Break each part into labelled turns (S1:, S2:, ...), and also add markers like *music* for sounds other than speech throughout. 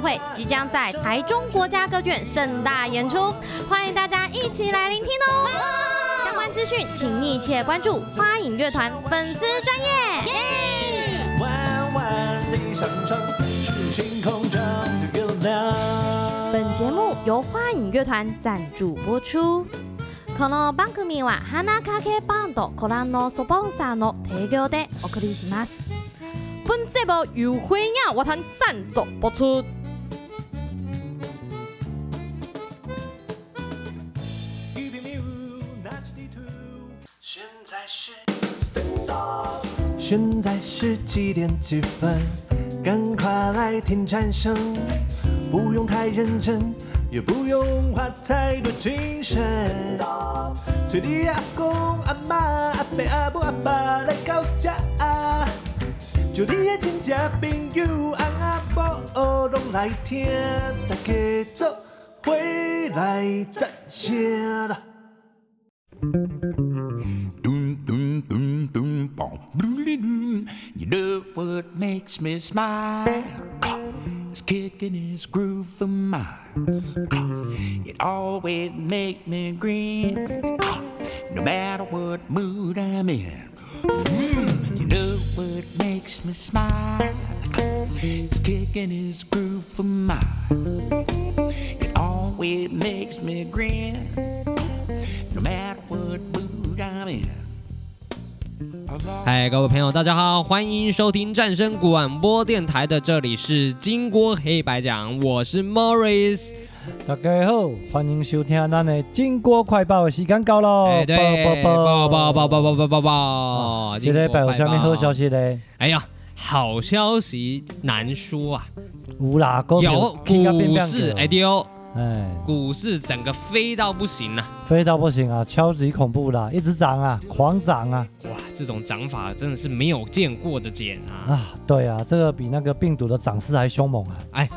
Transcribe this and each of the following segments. S1: 会即将在台中国家歌剧院盛大演出，欢迎大家一起来聆听哦。相关资讯请密切关注花影乐团粉丝专业。
S2: 弯弯的山川是星空中的月亮。
S1: 本节目由花影乐团赞助播出。この番組は花かけバンドコランのスポンサーの提供でお送りします。本节目由花影乐团赞助播出。
S2: 现在是现在是几点几分？赶快来听蝉声，不用太认真，也不用花太多精神。催你阿公阿妈阿伯阿母阿爸来到家，就你的亲戚朋友阿阿婆拢来听，大家做伙来赞声啦！
S3: Doom, doom, doom, doom, bom, doom, dee, doom. You know what makes me smile? It's kicking his groove for miles. It always makes me grin, no matter what mood I'm in. Mm, You know what makes me smile? It's kicking his groove for miles. It always makes me grin no matter what mood I'm in. I love
S4: 嗨，各位朋友，大家好，欢迎收听战声广播电台的，这里是金锅黑白讲，我是 Morris。
S5: 大家好，欢迎收听咱的《金锅快报》的时间到咯！
S4: 哎，对，报
S5: 报
S4: 报报
S5: 报！
S4: 报报报报，
S5: 这礼拜有啥物好消
S4: 息？
S5: 息嘞？
S4: 哎呀，好消息难说啊，
S5: 有啦，股票
S4: 有
S5: 起到变
S4: 股
S5: 变
S4: 市，
S5: 去
S4: 哎丢，
S5: 哎，
S4: 股市整个飞到不行啊！
S5: 飞到不行啊，超级恐怖啦，一直涨啊，狂涨啊！
S4: 哇，这种涨法真的是没有见过的简啊！
S5: 啊，对啊，这个比那个病毒的涨势还凶猛啊，
S4: 哎，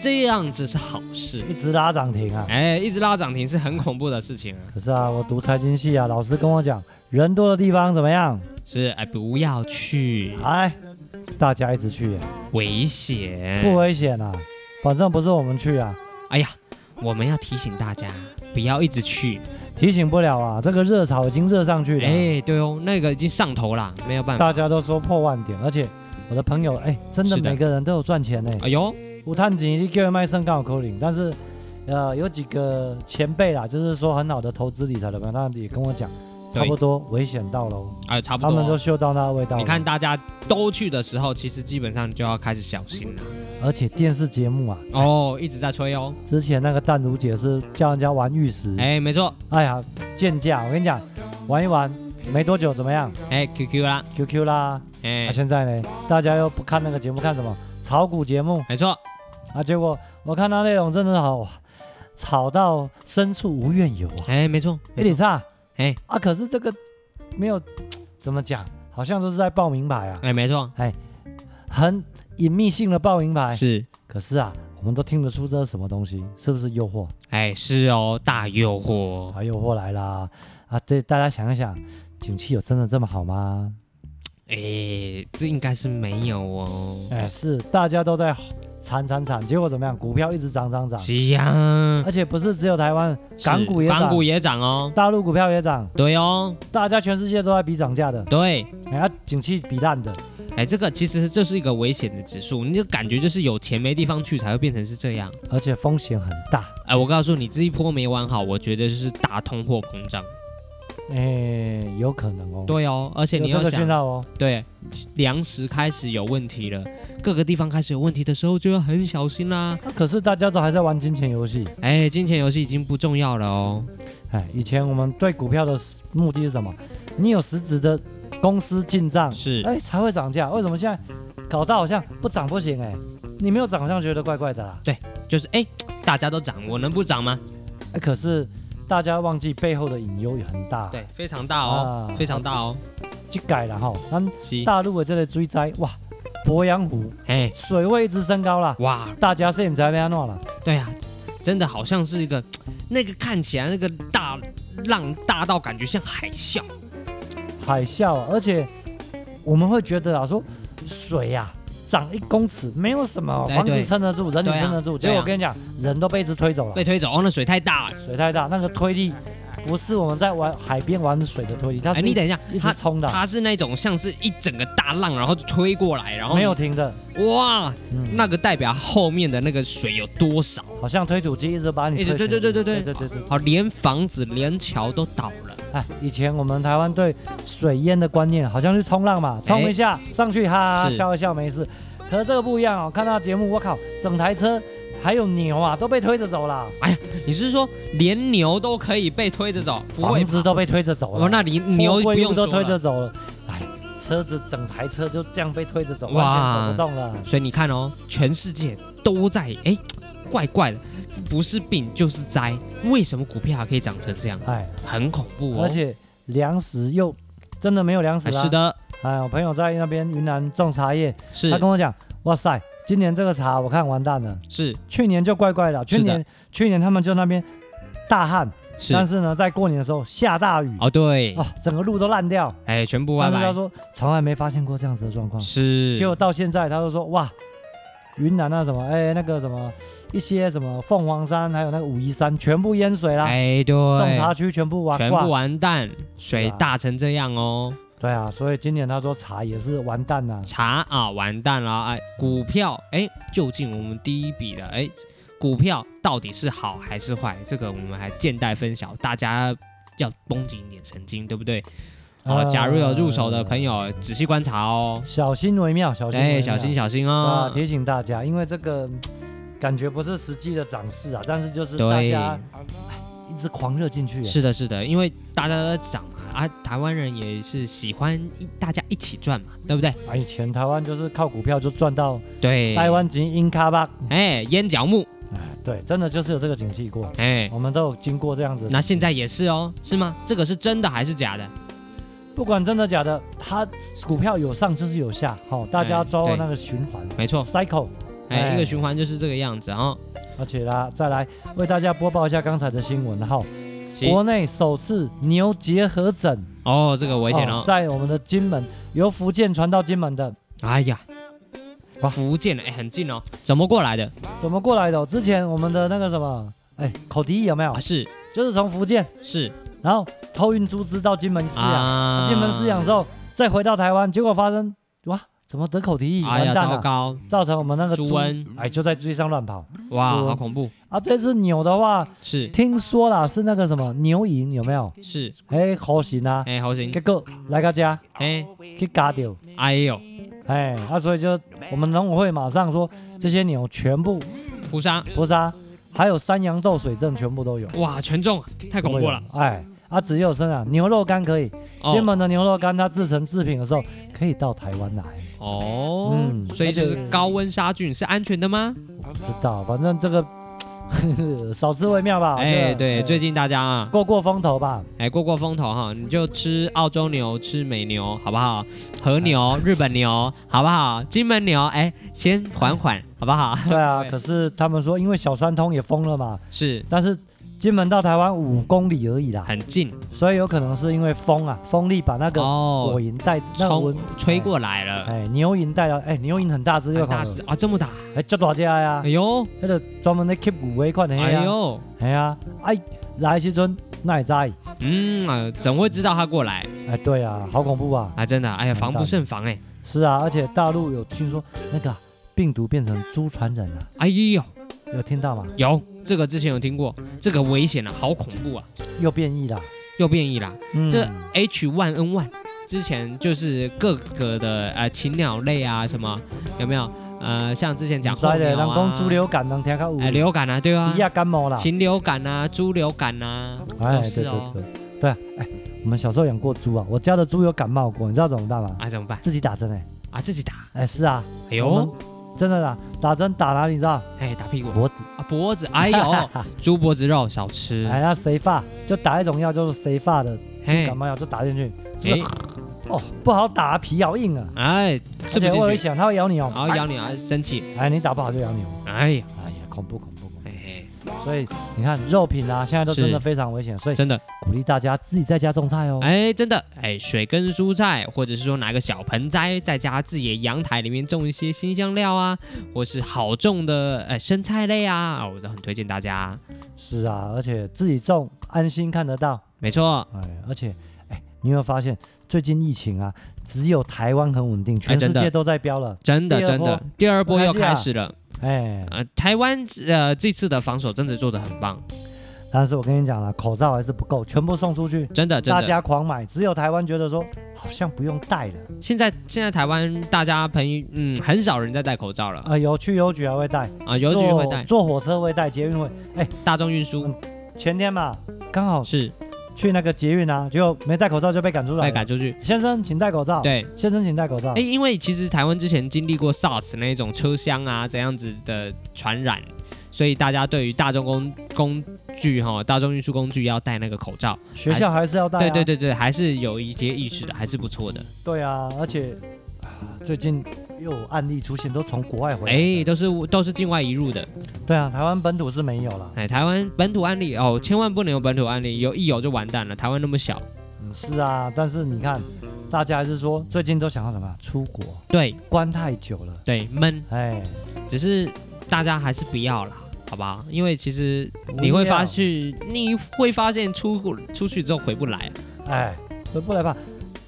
S4: 这样子是好事，
S5: 一直拉涨停啊！
S4: 哎，一直拉涨停是很恐怖的事情啊。
S5: 可是啊，我读财经系啊，老师跟我讲，人多的地方怎么样？
S4: 是哎，不要去，
S5: 哎，大家一直去耶，
S4: 危险。
S5: 不危险啊，反正不是我们去啊，
S4: 哎呀，我们要提醒大家，不要一直去。
S5: 提醒不了啊，这个热潮已经热上去了啊。
S4: 哎，对哦，那个已经上头啦，没有办法。
S5: *laughs* 大家都说破万点，而且我的朋友哎、真的
S4: 是的
S5: 每个人都有赚钱呢、
S4: 哎呦，
S5: 五探井一个卖身刚好扣零，但是呃有几个前辈啦，就是说很好的投资理财的朋友，他也跟我讲，
S4: 对
S5: 差不多危险到喽，
S4: 哎，差不
S5: 他
S4: 多
S5: 们都
S4: 哦。
S5: 嗅到那个味道。
S4: 你看，大家都去的时候，其实基本上就要开始小心了。
S5: 而且电视节目啊，
S4: 哦，一直在吹哦。
S5: 之前那个淡如姐是叫人家玩玉石，哎
S4: 哎，没错，
S5: 呀贱价，我跟你讲，玩一玩没多久怎么样
S4: 哎，QQ 啦，
S5: ，QQ 啦，
S4: 哎
S5: 啊、，现在呢大家又不看那个节目，看什么炒股节目。
S4: 没错，
S5: 啊，结果我看他内容真的好，吵到深处无怨尤啊，
S4: 哎，没错，
S5: 有点差，
S4: 哎
S5: 啊，可是这个没有怎么讲，好像都是在报名牌啊，
S4: 哎，没错，
S5: 很隐秘性的报名牌，
S4: 是，
S5: 可是啊，我们都听得出这是什么东西，是不是诱惑？
S4: 哎，是哦，大诱惑。
S5: 啊，诱惑来啦！啊，对，大家想一想，景气有真的这么好吗？
S4: 哎，这应该是没有哦。
S5: 哎，是，大家都在惨惨惨，结果怎么样？股票一直涨涨涨，
S4: 是呀，
S5: 而且不是只有台湾，啊港股也
S4: 是港
S5: 涨
S4: 股，也涨哦。
S5: 大陆股票也涨，
S4: 对哦，
S5: 大家全世界都在比涨价的。
S4: 对，
S5: 哎呀，景气比烂的，
S4: 哎，这个其实就是一个危险的指数，你就感觉就是有钱没地方去才会变成是这样。
S5: 而且风险很大。
S4: 哎，我告诉你，这一波没玩好，我觉得就是大通货膨胀。
S5: 哎，有可能哦。，
S4: 对哦，而且你
S5: 这
S4: 要
S5: 个讯
S4: 想，
S5: 号哦。
S4: 对，粮食开始有问题了，各个地方开始有问题的时候就要很小心啦。
S5: 可是大家都还在玩金钱游戏。
S4: 哎，金钱游戏已经不重要了哦。
S5: 哎，以前我们对股票的目的是什么？你有实质的公司进账，
S4: 是，
S5: 哎，才会涨价。为什么现在搞到好像不涨不行？哎，你没有涨好像觉得怪怪的啦。
S4: 就是哎，大家都涨，我能不涨吗？
S5: 哎可是大家忘记背后的隐忧也很大。，
S4: 对，非常大哦，
S5: 啊
S4: 非常大哦。
S5: 去改了哈。咱
S4: 是，
S5: 大陆的这类追灾，哇，鄱阳湖
S4: 哎，
S5: 水位一直升高啦，
S4: 哇，
S5: 大家是唔知要安怎啦。
S4: 对啊，真的好像是一个那个看起来那个大浪大到感觉像海啸。
S5: 啊海啸，而且我们会觉得啊，说水呀、涨一公尺，没有什么，
S4: 对
S5: 房子
S4: 对
S5: 撑得住，人也
S4: 哎对啊
S5: 撑得住。结
S4: 对啊
S5: 果我跟你讲，人都被一直推走了
S4: 被，推走，哦，那水太大了。
S5: 水太大，那个推力不是我们在玩海边玩水的推力，它
S4: 哎，
S5: 是
S4: 你等一下
S5: 一，直
S4: 它
S5: 冲的，
S4: 它是那种像是一整个大浪，然后就推过来，然后
S5: 没有停的，
S4: 哇，
S5: 嗯
S4: 那个代表后面的那个水有多少？
S5: 好像推土机一直把你
S4: 一直
S5: 推
S4: 对对
S5: 水
S4: 对对对
S5: 对对对对。
S4: 好，连房子连桥都倒了。
S5: 哎，以前我们台湾对水淹的观念，好像去冲浪嘛，冲一下上去哈哈
S4: 是
S5: 笑一笑没事。可是这个不一样哦，看到节目，我靠，整台车还有牛啊，都被推着走了，
S4: 你是说连牛都可以被推着走？不会
S5: 房
S4: 吧？
S5: 子都被推着走
S4: 哦
S5: 了，，
S4: 那你牛
S5: 货
S4: 不
S5: 柜
S4: 用
S5: 屋都
S4: 说
S5: 推着
S4: 了。
S5: 走了，哎，车子整台车就这样被推着走，
S4: 哇
S5: 完全走不动了。
S4: 所以你看哦，全世界都在哎，怪怪的，不是病就是灾。为什么股票还可以涨成这样？
S5: 哎，
S4: 很恐怖哦。
S5: 而且粮食又真的没有粮食
S4: 哎
S5: 啦。
S4: 是，的，
S5: 哎，我朋友在那边云南种茶叶，
S4: 是
S5: 他跟我讲，哇塞，今年这个茶我看完蛋了。
S4: 是
S5: 去年就怪怪的，
S4: 是
S5: 去
S4: 的
S5: 年去年他们就那边大旱，
S4: 是
S5: 但是呢，在过年的时候下大雨，
S4: 哦，对，
S5: 哦，整个路都烂掉。
S4: 哎，全部拜
S5: 但是他
S4: 拜。
S5: 说从来没发现过这样子的状况，
S4: 是，
S5: 结果到现在他就说哇，云南那什么，哎，那个什么一些什么凤凰山，还有那个武夷山全部淹水啦，
S4: 哎，
S5: 种
S4: 对，
S5: 茶区全部完
S4: 全
S5: 挂
S4: 部。完蛋，水
S5: 是啊
S4: 大成这样哦，
S5: 对啊，所以今年他说茶也是完蛋了。
S4: 茶啊完蛋了，哎，股票哎，究竟我们第一笔的哎，股票到底是好还是坏？这个我们还见待分晓，大家要绷紧一点神经，对不对？哦，假如有入手的朋友，仔细观察哦
S5: 呃，，哎小心为妙，嗯小心为
S4: 哎，
S5: 妙
S4: 小心小心
S5: 啊，
S4: 哦，
S5: 提醒大家，因为这个嗯感觉不是实际的涨势啊，但是就是大
S4: 对
S5: 家哎一直狂热进去，啊
S4: 是的，是的，因为大家都在涨嘛，啊，台湾人也是喜欢一大家一起赚嘛，对不对？
S5: 啊，以前台湾就是靠股票就赚到
S4: 对，
S5: 台湾金英卡吧，
S4: 哎，烟角木，
S5: 对，真的就是有这个景气过，
S4: 哎，
S5: 我们都有经过这样子的景气。
S4: 那现在也是哦，是吗？这个是真的还是假的？
S5: 不管真的假的，它股票有上就是有下，好、大家
S4: 哎
S5: 抓握
S4: 对
S5: 那个循环
S4: 没错，
S5: cycle，
S4: 哎，
S5: 哎
S4: 一个循环就是这个样子哦。
S5: 而且啦，再来为大家播报一下刚才的新闻哈，
S4: 行
S5: 国内首次牛结核疹，
S4: 哦，这个危险
S5: 哦
S4: 哦。
S5: 在我们的金门，由福建传到金门的。
S4: 哎呀
S5: 哇，
S4: 福建的哎，很近哦，怎么过来的？
S5: 怎么过来的哦？之前我们的那个什么，哎，口蹄疫有没有
S4: 啊，？是
S5: 就是从福建，
S4: 是
S5: 然后偷运猪只到金门饲养，
S4: 啊，
S5: 金门饲养之后再回到台湾，结果发生哇，怎么得口蹄疫？
S4: 哎呀，
S5: 完蛋
S4: 糟
S5: 了，
S4: 糕，
S5: 造成我们那个
S4: 猪
S5: 猪，
S4: 瘟，
S5: 哎，就在街上乱跑
S4: 哇，
S5: 猪瘟
S4: 好恐怖，
S5: 啊。这只牛的话，
S4: 是
S5: 听说啦是那个什么牛蝇有没有？
S4: 是，
S5: 哎，好型啊，
S4: 哎，好行
S5: 结，果来个家
S4: 哎，
S5: 去嘎掉，
S4: 哎呦，
S5: 哎，啊，所以就我们农委会马上说这些牛全部
S4: 屠杀，
S5: 不杀，还有山羊斗水症全部都有。
S4: 哇，全中，太恐怖了，
S5: 哎，啊，只有生啊，牛肉干可以，金
S4: 哦
S5: 门的牛肉干它制成制品的时候可以到台湾来，
S4: 哦
S5: 嗯，
S4: 所以就
S5: 而
S4: 是
S5: 且
S4: 高温杀菌是安全的吗？
S5: 不知道，反正这个 *laughs* 少吃为妙吧。
S4: 哎，
S5: 这个
S4: 对，最近大家啊，
S5: 过过风头吧，
S4: 哎，过过风头哈，你就吃澳洲牛，吃美牛，好不好？和牛、日本牛，好不好？金门牛，哎，先缓缓，好不好？
S5: 对啊。
S4: 对
S5: 可是他们说，因为小三通也封了嘛，
S4: 是
S5: 但是金门到台湾五公里而已啦，
S4: 很近
S5: 所以有可能是因为风啊，风力把那个
S4: 哦
S5: 果，蝇带那个
S4: 冲
S5: 蚊
S4: 吹。过来了，
S5: 哎，牛蝇带了，哎，牛蝇很大只，
S4: 很
S5: 就
S4: 大只啊，这么大，
S5: 哎，这大只的啊
S4: 哎，呦，
S5: 那个专门在 keep 骨灰款的那
S4: 哎
S5: 啊。
S4: 呦，
S5: 哎呀，哎，来的时阵那也知，哎，
S4: 嗯啊，怎么会知道它过来
S5: 对啊，好恐怖啊！
S4: 啊？真的，哎呀，防不胜防哎，
S5: 是啊，而且大陆有听说那个啊、病毒变成猪传人了、
S4: 哎呦，
S5: 有听到吗？
S4: 有这个之前有听过，这个危险啊，好恐怖啊，
S5: 又变异了。
S4: 又变异啦。
S5: 嗯
S4: 这 H 1 N 1之前就是各个的呃禽鸟类啊什么有没有？呃，像之前讲
S5: 不知道
S4: 候
S5: 嘞，
S4: 鸟
S5: 人讲
S4: 啊，
S5: 猪流感能听到有，
S4: 哎流感啊，对啊
S5: 比，亚感冒啦。
S4: 禽流感啊，猪流感啊，
S5: 哎，
S4: 都是
S5: 对
S4: 哦
S5: 对对，对啊，哎，我们小时候养过猪啊，我家的猪有感冒过，你知道怎么办吗？
S4: 啊怎么办
S5: 自己打针哎、
S4: 啊？自己打，
S5: 哎是啊，
S4: 哎
S5: 我
S4: 呦
S5: 们，真的啦，打针打哪里你知道？
S4: 哎打屁股
S5: 脖子，
S4: 啊脖子，哎
S5: *laughs*
S4: 呦，猪脖子肉少吃，
S5: 哎那谁发就打一种药，就是谁发的
S4: 嘿，
S5: 感冒药就打进去，就
S4: 哎
S5: 是哦不好打，皮好硬啊。
S4: 哎，
S5: 而
S4: 吃
S5: 且
S4: 不
S5: 我有
S4: 进
S5: 一
S4: 去，
S5: 想，它会咬你哦。
S4: 然后咬你啊，生气，
S5: 哎，你打不好就咬你哦。
S4: 哎呀，
S5: 哎呀，恐怖恐怖！恐
S4: 哎
S5: 怖。所以你看肉品啊，现在都真
S4: 是
S5: 的非常危险，所以
S4: 真的，
S5: 鼓励大家自己在家种菜哦。
S4: 哎，真的，哎，水跟蔬菜，或者是说拿个小盆栽，在家自己的阳台里面种一些新香料啊，或是好种的哎生菜类啊，哦我都很推荐大家。
S5: 是啊，而且自己种安心看得到，
S4: 没错，
S5: 哎，而且哎，你有没有发现最近疫情啊，只有台湾很稳定，全
S4: 哎真
S5: 世
S4: 的
S5: 界都在飙了。
S4: 真的
S5: 第二
S4: 真的
S5: 波，
S4: 第二波
S5: 马
S4: 又
S5: 来西亚
S4: 开始了。
S5: 哎，
S4: 呃，台湾呃这次的防守真的做得很棒，
S5: 但是我跟你讲了，口罩还是不够，全部送出去，
S4: 真的真
S5: 大
S4: 的。
S5: 家狂买，只有台湾觉得说好像不用戴了。
S4: 现在现在台湾大家朋友嗯很少人在戴口罩了
S5: 啊、有去邮局还会戴，
S4: 啊，邮局会戴，
S5: 坐坐火车会戴，捷运会。
S4: 大众运输
S5: 嗯前天嘛，刚好
S4: 是
S5: 去那个捷运啊，结果没戴口罩就被赶出来
S4: 被
S5: 了。
S4: 赶出去。
S5: 先生，请戴口罩。，
S4: 对，
S5: 先生，请戴口罩。
S4: 哎，因为其实台湾之前经历过 SARS 那种车厢啊这样子的传染，所以大家对于大众工工具哈、大众运输工具要戴那个口罩。
S5: 学校还是要戴、啊。
S4: 对对对对，还是有一些意识的，还是不错的。
S5: 对啊，而且啊最近又有案例出现，都从国外回来。
S4: 哎，，都是都是境外移入的。
S5: 对啊，台湾本土是没有啦。
S4: 哎，台湾本土案例哦，千万不能有本土案例，有一有就完蛋了。台湾那么小，
S5: 嗯，是啊，但是你看，大家还是说最近都想要什么？出国，
S4: 对
S5: 关太久了。
S4: 对闷，
S5: 哎，
S4: 只是大家还是不要啦，好吧？因为其实你会发
S5: 现，
S4: 现，你会发现出国出去之后回不来
S5: 哎，回不来吧。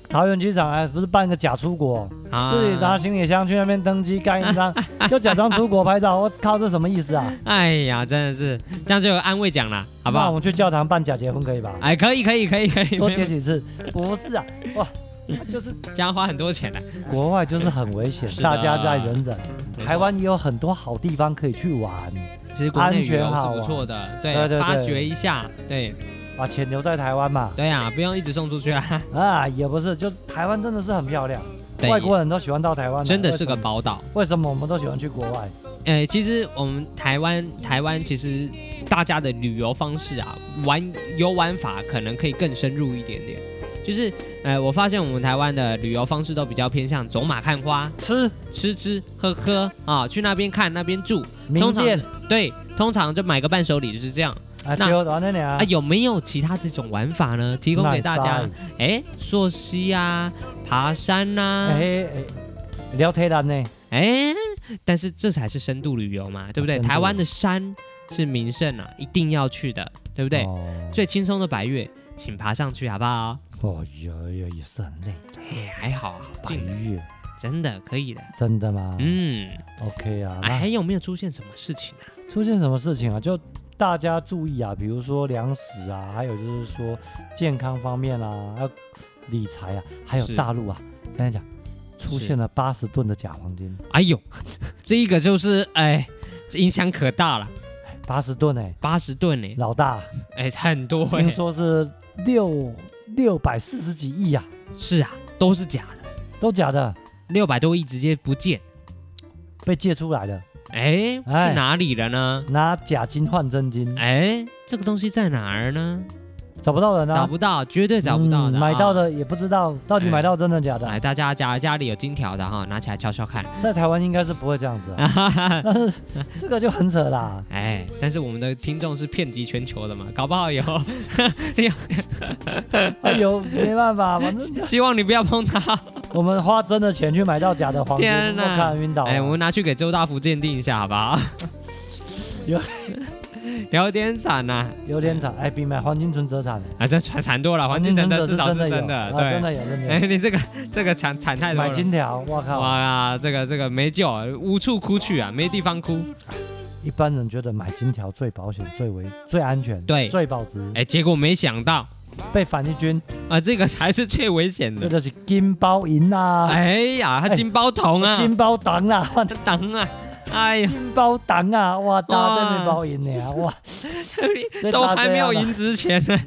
S5: 桃园机场哎，不是办个假出国，
S4: 啊。
S5: 自己拿行李箱去那边登机盖
S4: *laughs*
S5: 印章，就假装出国拍照，我靠，这什么意思啊？
S4: 哎呀，真的是这样就有安慰奖啦，好不
S5: 那我
S4: 好？
S5: 们去教堂办假结婚
S4: *laughs*
S5: 可以吧？
S4: 哎，可以可以可以可以，
S5: 多
S4: 没
S5: 结
S4: 有
S5: 几次？不是啊，哇，就是
S4: 这样花很多钱的。
S5: 国外就是很危险，
S4: 是的
S5: 大家再忍忍。
S4: 没错
S5: 台湾也有很多好地方可以去玩，
S4: 其实国内
S5: 安
S4: 旅
S5: 全
S4: 游是
S5: 好
S4: 不
S5: 玩
S4: 错的，
S5: 对
S4: 对，
S5: 对
S4: 发
S5: 对
S4: 掘一下，对
S5: 把钱留在台湾嘛。
S4: 对呀，不用一直送出去
S5: *laughs*
S4: 啊。
S5: 啊，也不是，就台湾真的是很漂亮，
S4: 对
S5: 外国人都喜欢到台湾来，
S4: 真的是个
S5: 为什么
S4: 宝岛。
S5: 为什么我们都喜欢去国外？
S4: 呃，其实我们台湾台湾其实大家的旅游方式啊，玩游玩法可能可以更深入一点点。就是呃，我发现我们台湾的旅游方式都比较偏向走马看花、
S5: 吃
S4: 吃吃喝喝啊，去那边看那边住，
S5: 名
S4: 通常
S5: 店
S4: 对，通常就买个伴手礼就是这样
S5: 啊，
S4: 那
S5: 丢完那俩
S4: 啊。，有没有其他这种玩法呢？提供给大家，哎，溯溪啊，爬山呐、
S5: 那在。
S4: 啊，
S5: 哎哎，聊天了呢，
S4: 哎，但是这才是深度旅游嘛，对不对？
S5: 深度
S4: 台湾的山是名胜啊，一定要去的，对不对？
S5: 哦，
S4: 最轻松的白月，请爬上去好不好？
S5: 哦哟哟，也是很累。
S4: 哎，还好，好
S5: 白
S4: 近的，
S5: 月，
S4: 真的可以的。
S5: 真的吗？
S4: 嗯，
S5: ，OK 啊。
S4: 哎，
S5: 那
S4: 还有没有出现什么事情啊？
S5: 出现什么事情啊？就大家注意啊，比如说粮食啊，还有就是说健康方面啊，还有理财啊，还有
S4: 是
S5: 大陆啊，跟你讲，出
S4: 是
S5: 现了八十吨的假黄金，
S4: 哎呦， *laughs* 这个就是哎，这影响可大了，
S5: 八十吨哎、
S4: 八十吨呢，
S5: 老大，
S4: 哎，很多哎
S5: 听，说是六六百四十几亿呀、啊，
S4: 是啊，都是假的，
S5: 都假的，
S4: 六百多亿直接不见，
S5: 被借出来的，
S4: 哎，去
S5: 哎
S4: 哪里了呢？
S5: 拿假金换真金，
S4: 哎，这个东西在哪儿呢？
S5: 找不到人啊，
S4: 找不到，绝对找不到的。
S5: 嗯买到
S4: 啊，哎
S5: 的也不知道到底买到真的假的，
S4: 来，大家家家里有金条的哈，拿起来敲敲
S5: *laughs*
S4: 看。
S5: 在台湾应该是不会这样子、啊，但是这个就很扯啦，
S4: 哎，但是我们的听众是遍及全球的嘛，搞不好有。 *laughs*
S5: 哎呦，没办法，
S4: *laughs*
S5: 反正。
S4: 希望你不要碰它。
S5: 我们花真的钱去买到假的黄金，
S4: 天哪
S5: 我看晕倒了。
S4: 哎，我们拿去给周大福鉴定一下，好不好？
S5: *laughs* 有
S4: 有点惨呐、
S5: 有点惨，哎，比买黄金存折惨。哎
S4: 啊，这惨惨多了，黄金真的至
S5: 是
S4: 少是
S5: 真
S4: 真的，
S5: 的有，啊真
S4: 对。
S5: 的有真的
S4: 哎，
S5: 有。
S4: *laughs* 你这个这个惨惨太多
S5: 买
S4: 了。
S5: 金条，我靠！
S4: 哇，这个这个没救，无处哭去
S5: 哦
S4: 啊，没地方哭。
S5: 一般人觉得买金条最保险、最为最安全、
S4: 对
S5: 最保值。
S4: 哎，结果没想到
S5: 被反一军，
S4: 啊，这个才是最危险的
S5: 这。就是金包银啊，
S4: 嗯哎呀，他金包铜啊，
S5: 金包党啊， *laughs* 哇
S4: 铜啊，哎呀，
S5: 金包党啊，哇，
S4: 哇
S5: 打这没包银的啊，哇，这
S4: 都
S5: 差
S4: 还
S5: 这
S4: 没有
S5: 样啊
S4: 赢值钱呢，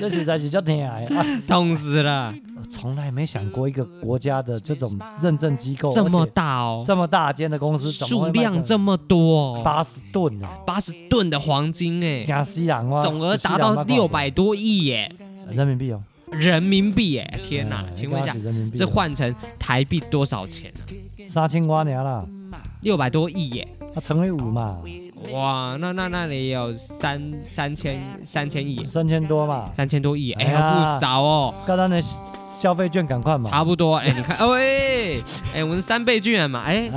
S5: 这实在是叫天啊！哎
S4: 痛死了，
S5: 我从来没想过一个国家的这种认证机构
S4: 这么
S5: 而且
S4: 大哦，
S5: 这么大间的公司，怎么
S4: 数
S5: 会卖
S4: 量这么多哦，
S5: 八十吨啊！
S4: 八十吨的黄金哎，
S5: 加西兰哇，
S4: 总额达
S5: 这西
S4: 到
S5: 兰八
S4: 六
S5: 块
S4: 百多亿耶，
S5: 人民币哦。
S4: 人民币哎，天哪
S5: 哎，
S4: 请问一下
S5: 人，家是人民币
S4: 这换成台币多少钱啊？
S5: 杀青蛙娘啦，啊
S4: 六百多亿耶，
S5: 它乘以五嘛，
S4: 哇，那那那里也有三三千三千亿，
S5: 三千多嘛，
S4: 三千多亿，哎、
S5: 哎呀
S4: 不少哦，
S5: 高单的消费券赶快嘛。
S4: 差不多。哎、你看，哦喂、哎，我们三倍券嘛，哎、哎、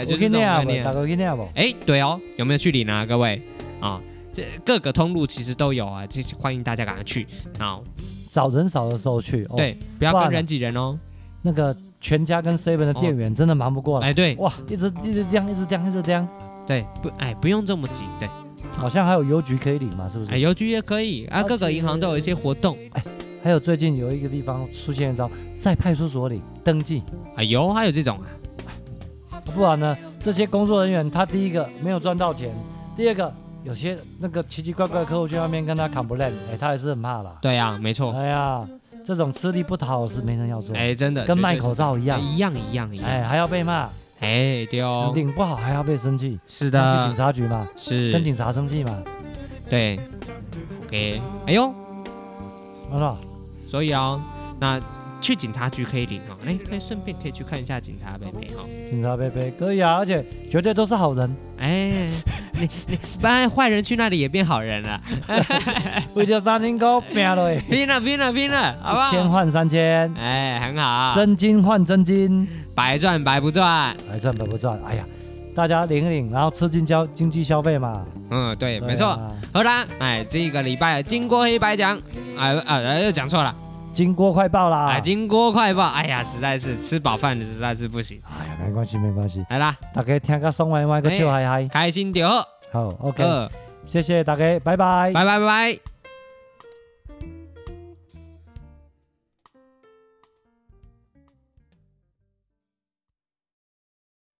S5: 哎，
S4: 就
S5: 我
S4: 是
S5: 跟
S4: 这种
S5: 你
S4: 概
S5: 讲吧，
S4: 念
S5: 大。哥跟你讲吧，
S4: 哎、对哦，有没有去领啊，各位啊？这各个通路其实都有啊，这欢迎大家赶快去啊！
S5: 哦找人少的时候去。哦、，
S4: 对，不要
S5: 不然
S4: 跟
S5: 呢
S4: 人挤人哦。
S5: 那个全家跟 seven 的店员真的忙不过来。
S4: 哎，对
S5: 哇，一直一直这样，一直这样，一直这样，
S4: 对，不，哎，不用这么挤。对，
S5: 好像还有邮局可以领嘛，是不是？
S4: 哎，邮局也可以啊，
S5: 啊
S4: 各个
S5: 其实
S4: 银行都有一些活动。
S5: 还有最近有一个地方出现一招，在派出所里登记，
S4: 哎呦，还有这种啊，
S5: 不然呢，这些工作人员他第一个没有赚到钱，第二个有些那个奇奇怪怪的客户去外面跟他 complain，哎，他也是很怕啦。
S4: 对啊，没错。
S5: 哎呀，这种吃力不讨好是没人要做，
S4: 哎，真的
S5: 跟卖
S4: 绝对是
S5: 口罩一
S4: 哎
S5: 样，
S4: 一样一样一样。
S5: 哎，还要被骂，
S4: 哎，对哦，
S5: 领不好还要被生气，
S4: 是
S5: 那去警
S4: 的，
S5: 察局嘛，跟
S4: 是，
S5: 警察生气嘛，
S4: 对，OK，哎呦，
S5: 好了，
S4: 所以哦，那去警察局可以领哦，哎，可以顺便可以去看一下警察贝贝哦。
S5: 警察贝贝可以啊，而且绝对都是
S4: *laughs*
S5: 好人，
S4: 哎，你你不然坏人去那里也变好人了，
S5: 为了三千块拼了，一
S4: 拼了拼了拼了，好不
S5: 千
S4: 好？
S5: 换三千，
S4: 哎，很好，
S5: 真金换真金。
S4: 白赚白不赚。
S5: 还赚不不赚？哎呀，大家领一领，然后吃进消经济消费嘛。
S4: 嗯，对，
S5: 对啊
S4: 没错。好啦，哎，这个礼拜金锅黑白讲，哎啊，哎又讲错了，
S5: 金锅快爆啦！
S4: 哎，金锅快报，哎呀，实在是吃饱饭的实在是不行。
S5: 哎呀，没关系没关系，
S4: 来啦，
S5: 大家听个爽歪歪个笑嗨嗨。
S4: 哎开心就好，
S5: 好，OK，
S4: 呃，
S5: 谢谢大家，拜拜。
S4: 拜拜拜拜。